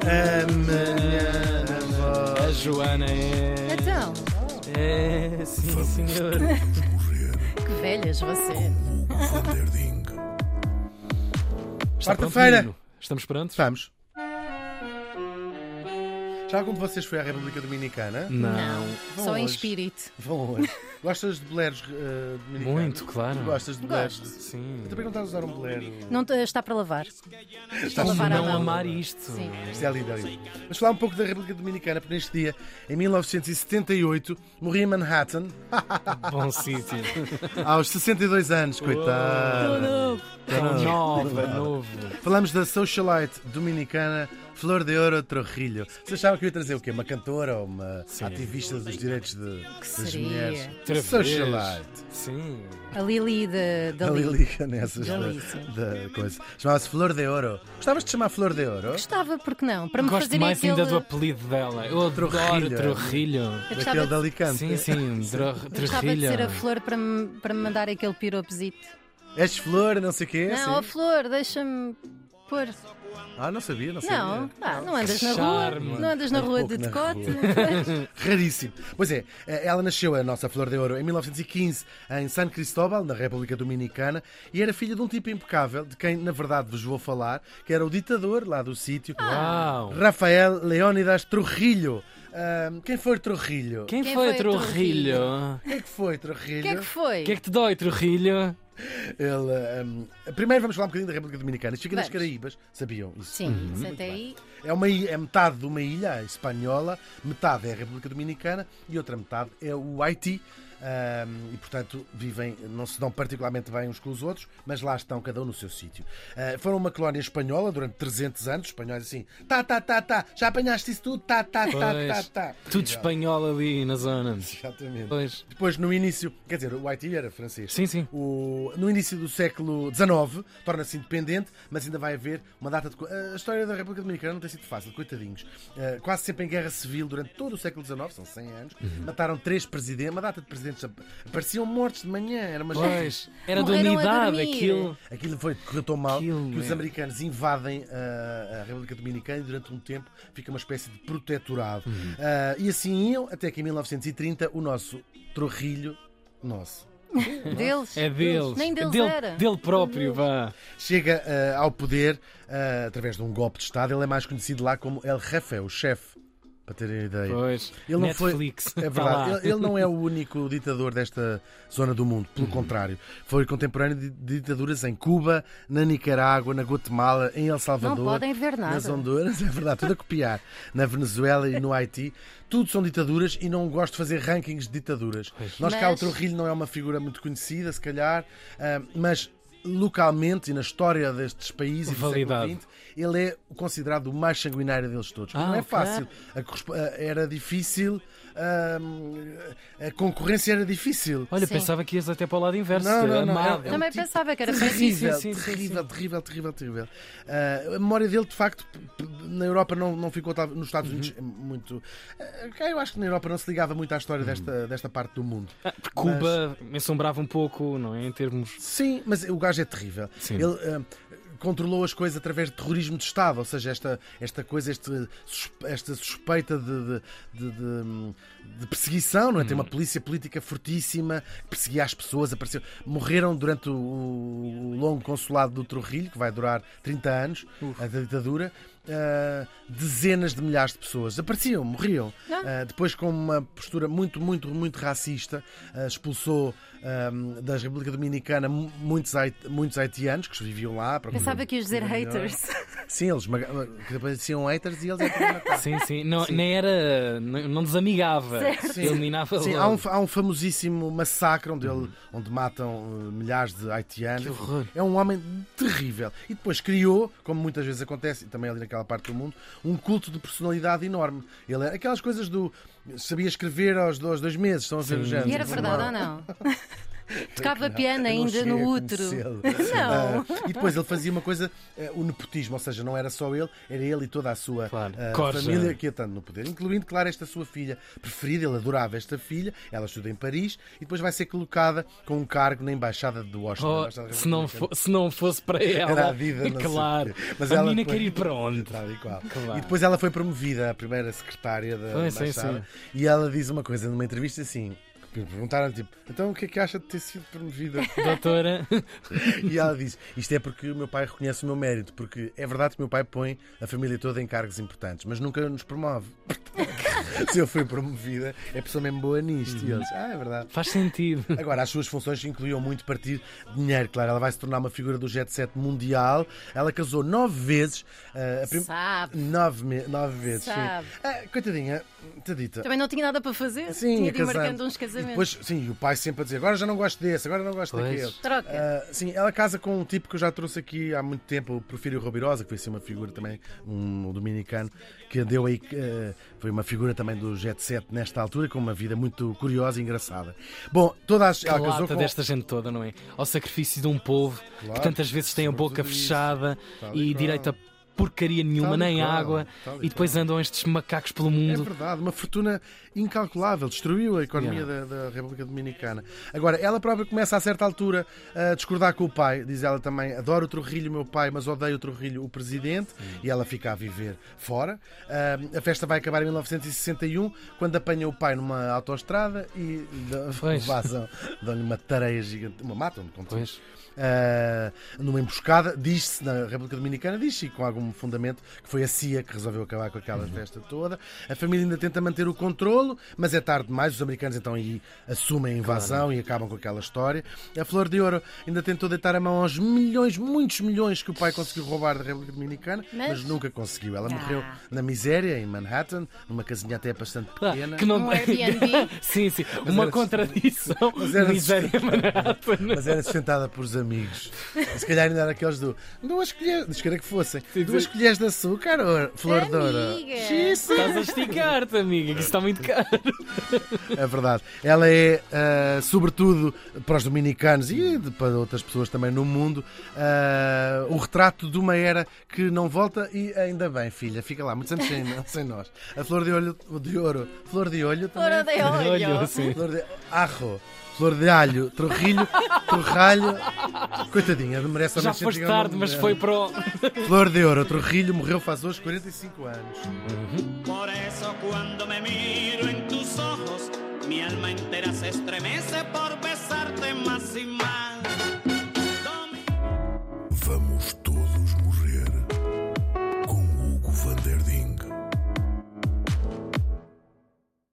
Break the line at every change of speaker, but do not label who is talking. A minha avó.
A Joana é.
Então,
É, sim, senhor.
que velhas você.
Está pronto,
Quarta-feira. Tá.
menino? Estamos prontos?
Estamos. Já algum de vocês foi à República Dominicana?
Não.
Vão
Só em
hoje.
espírito.
Vão hoje. Gostas de boleros eh, dominicanos?
Muito, claro.
Tu Gostas de boleros?
Sim.
Também não estás a usar um bolero.
Não te- está para lavar.
Estás
Como
a
Para
Não
não.
amar isto.
Sim.
Isto é lindo, é lindo. Mas falar um pouco da República Dominicana, porque neste dia, em 1978, morri em Manhattan,
Bom sítio.
aos 62 anos,
Oh,
coitado.
Tão nova, novo.
Falamos da socialite dominicana Flor de Ouro Trujillo. Vocês achavam que eu ia trazer o quê? Uma cantora ou uma ativista dos direitos de, das
seria?
mulheres?
Outra
Socialite.
vez. Sim.
A Lili da da
A
Lili.
Lili Canessas da,
Dali, sim.
da coisa. Chamava-se Flor de Ouro. Gostavas de chamar Flor de Ouro?
Gostava, porque não? Para me
Gosto
fazer
mais
aquele...
ainda do apelido dela. Eu adoro
Trujillo.
Trujillo.
Eu
Daquele
gostava,
de
de...
Alicante.
Sim, sim. Dro-
eu gostava de
Trujillo.
ser a flor para me, para me mandar aquele piropesito.
És Flor, não sei o
É,
quê?
não, a
sim.
flor, deixa-me pôr.
Ah, não sabia, não sabia.
Não, ah, não andas na rua.
Charme.
Não andas na
Muito
rua
pouco
de
na
decote.
rua. Raríssimo. Pois é, ela nasceu, a nossa Flor de Ouro, em 1915, em San Cristóbal, na República Dominicana, e era filha de um tipo impecável, de quem, na verdade, vos vou falar, que era o ditador lá do sítio,
Ah.
Uau.
Rafael Leónidas Trujillo. Ahm, quem foi Trujillo?
Quem,
Quem
foi
foi
Trujillo?
Quem é que foi
O
Trujillo?
que é que foi?
O que é que te dói, Trujillo?
Ele, ahm, primeiro vamos falar um bocadinho da República Dominicana. Isto fica nas
Vamos.
Caraíbas, sabiam isso?
Uhum.
Sim, isso até aí.
É, uma, ilha- é metade de uma ilha espanhola, metade é a República Dominicana e outra metade é o Haiti. Ahm, e, portanto, vivem, não se dão particularmente bem uns com os outros, mas lá estão cada um no seu sítio. Ah, foram uma colónia espanhola durante 300 anos, os espanhóis assim, tá, tá, tá, tá, já apanhaste isso tudo, tá, tá, tá, tá,
Pois.
tá.
Tudo espanhol ali na zona.
Exatamente.
Pois.
Depois, no início, quer dizer, o Haiti era francês.
Sim, sim.
O- no início do século XIX, torna-se independente, mas ainda vai haver uma data de. co- A história da República Dominicana não tem sido fácil, coitadinhos. Eh, quase sempre em guerra civil durante todo o século XIX, são 100 anos,
Uhum.
mataram três presidentes, uma data de presidentes ap- apareciam mortos de manhã, era uma
Pois. Era de
Morreram a
unidade
dormir.
aquilo.
Aquilo foi, correu tão mal
Aquilo,
que os
meu.
americanos invadem ah, a República Dominicana e durante um tempo fica uma espécie de protetorado.
Uhum.
Ah, e assim iam até que em 1930 o nosso Trorrilho, nosso,
Deles?
É deles.
Nem deles
dele,
era.
Dele próprio, vá.
chega ah, ao poder ah, através de um golpe de Estado. Ele é mais conhecido lá como El Jefe, o chefe, para terem ideia.
Pois.
Ele não foi-
Netflix.
É
Tá
verdade,
lá.
ele, ele não é o único ditador desta zona do mundo,
Uhum.
pelo contrário. Foi contemporâneo de de ditaduras em Cuba, na Nicarágua, na Guatemala, em El
Não
Salvador.
podem ver nada.
Nas Honduras, é verdade, tudo a copiar. Na Venezuela e no Haiti, tudo são ditaduras e não gosto de fazer rankings de ditaduras. Nós cá, o
Mas-
Trujillo não é uma figura muito conhecida, se calhar, ah, mas localmente e na história destes países e do
Validado.
século XX, ele é considerado o mais sanguinário deles todos.
Ah,
não é
ok.
fácil. A correspo- a- era difícil, ah, a concorrência era difícil.
Olha,
Sim.
pensava que ias até para o lado inverso.
Não, não, não,
Amável.
é- é um
Também
tipo
pensava que era
terrível,
sim, sim, sim,
terrível, terrível, terrível, terrível. Ah, a memória dele, de facto, p- p- na Europa não, não ficou, tal- nos Estados
Uhum.
Unidos, é muito. Ah, cá eu acho que na Europa não se ligava muito à história
Uhum.
desta, desta parte do mundo.
Ah, porque Cuba me assombrava um pouco, não é? Em termos.
Sim, mas o gajo é terrível.
Sim.
Ele ah, controlou as coisas através de terrorismo de Estado, ou seja, esta, esta coisa, este, suspe- esta suspeita de, de, de- de- de perseguição, não é? Tem uma polícia política fortíssima, que perseguia as pessoas, apareceu. Morreram durante o, o longo consulado do Trujillo, que vai durar 30 anos, a da ditadura. ah, dezenas de milhares de pessoas apareciam, morriam.
Não.
Ah, depois, com uma postura muito, muito, muito racista, ah, expulsou ah, da República Dominicana mu- muitos, hait- muitos haitianos que viviam lá. para-
Pensava que ias dizer haters.
Sim, eles maga- que apareciam haters e eles é que iam matar.
Sim, sim. Não, Nem era. Não, não desamigava.
Sim.
Eliminava
Sim,
logo.
há um, há um famosíssimo massacre onde, ele, onde matam eh, milhares de haitianos.
Que horror.
É um homem terrível. E depois criou, como muitas vezes acontece, e também ali naquela parte do mundo, um culto de personalidade enorme. Ele é aquelas coisas do sabia escrever aos, aos dois meses, estão a ver os anos.
E era
Assim,
verdade
não.
ou não? Tocava piano
Eu não
ainda
cheguei a
no útero.
conhecê-lo.
Não.
Ah, e depois ele fazia uma coisa, ah, o nepotismo, ou seja, não era só ele, era ele e toda a sua
Claro.
ah,
Corja.
família que ia estando no poder, incluindo, claro, esta sua filha preferida, ele adorava esta filha, ela estuda em Paris e depois vai ser colocada com um cargo na Embaixada de Washington. na
Oh,
Embaixada
se, não
Republicana.
fo- se não fosse para ela, É
Era a vida, não sei o
claro.
quê. Mas
a
ela
menina
depois-
quer ir para onde?
Tal e qual.
Claro.
E depois ela foi promovida a primeira secretária da
Foi, sim,
embaixada. E ela diz uma coisa numa entrevista assim. que Perguntaram tipo, então o que é que acha de ter sido promovida?
Doutora,
E ela diz: Isto é porque o meu pai reconhece o meu mérito, porque é verdade que o meu pai põe a família toda em cargos importantes, mas nunca nos promove. Portanto, Se eu fui promovida, é pessoa mesmo boa nisto. E eles, ah, é verdade.
faz sentido.
Agora, as suas funções incluíam muito partir dinheiro, claro. Ela vai se tornar uma figura do jet set mundial. Ela casou nove vezes. ah, a prim-
Sabe.
Nove, me- nove vezes,
Sabe.
sim. Ah, coitadinha, tadita.
Também não tinha nada para fazer.
Sim,
tinha
a
de ir
casar.
marcando uns
E
casamentos.
depois, sim, e o pai sempre a dizer: agora já não gosto desse, agora não gosto
Pois.
daquele.
Troca.
Ah, sim, ela casa com um tipo que eu já trouxe aqui há muito tempo, o Porfírio Robirosa, que foi assim uma figura também, um dominicano, que deu aí, eh, foi uma figura também do Jet Set nesta altura, com uma vida muito curiosa e engraçada. Bom, todas
A
ela casou
lata
com.
desta gente toda, não é? Ao sacrifício de um povo
Claro,
que tantas vezes tem a
sobretudo
boca
isso. Tá
fechada
Tal e
e
qual.
direito a porcaria nenhuma,
Tal e
nem
qual,
água,
tal e
e depois andam estes macacos pelo
É
mundo.
verdade, uma fortuna incalculável, destruiu a economia da, da República Dominicana. Agora, ela própria começa a certa altura a discordar com o pai, diz ela também: adoro o Trujillo, meu pai, mas odeio o Trujillo, o presidente, e ela fica a viver fora. Ah, a festa vai acabar em 1961, quando apanha o pai numa autoestrada e dá-
Pois.
vazam, dão-lhe uma tareia gigante, uma um matam-no, como se diz.
Pois.
Ah, numa emboscada, diz-se na República Dominicana, diz-se e com algum fundamento que foi a CIA que resolveu acabar com
Uhum.
aquela festa toda. A família ainda tenta manter o controlo, mas é tarde demais. Os americanos então aí assumem a invasão e acabam com aquela história. A Flor de Ouro ainda tentou deitar a mão aos milhões, muitos milhões que o pai conseguiu roubar da República Dominicana, mas,
Mas-
nunca conseguiu. Ela
Ah.
morreu na miséria, em Manhattan, numa casinha até bastante
Ah,
pequena.
que não...
Um Airbnb.
sim, sim, uma
era-
contradição.
mas era-
Miséria Manhattan.
Mas era sustentada por os amigos. Se calhar ainda era aqueles do. Duas colheres. Diz que era que fossem. Duas colheres de açúcar, ou flor de ouro.
Amiga.
Xiss.
Estás a esticar-te, amiga, que isso está muito caro.
É verdade. Ela é, ah, sobretudo para os dominicanos e de- para outras pessoas também no mundo, ah, o retrato de uma era que não volta e ainda bem, filha, fica lá muitos anos sem, sem nós. A flor de olho de ouro. Flor de olho também.
Ora de
Olha,
olho.
sim.
Flor de arro, flor de alho, trorrilho, torralho. Coitadinha, merece
Já
ao menos
foste
chegar ao
tarde,
nome
mas
dela.
foi para o.
Flor de Ouro, Trujillo morreu faz hoje 45 anos.
Por eso cuando me miro en tus ojos, mi alma entera se estremece por besarte más y más.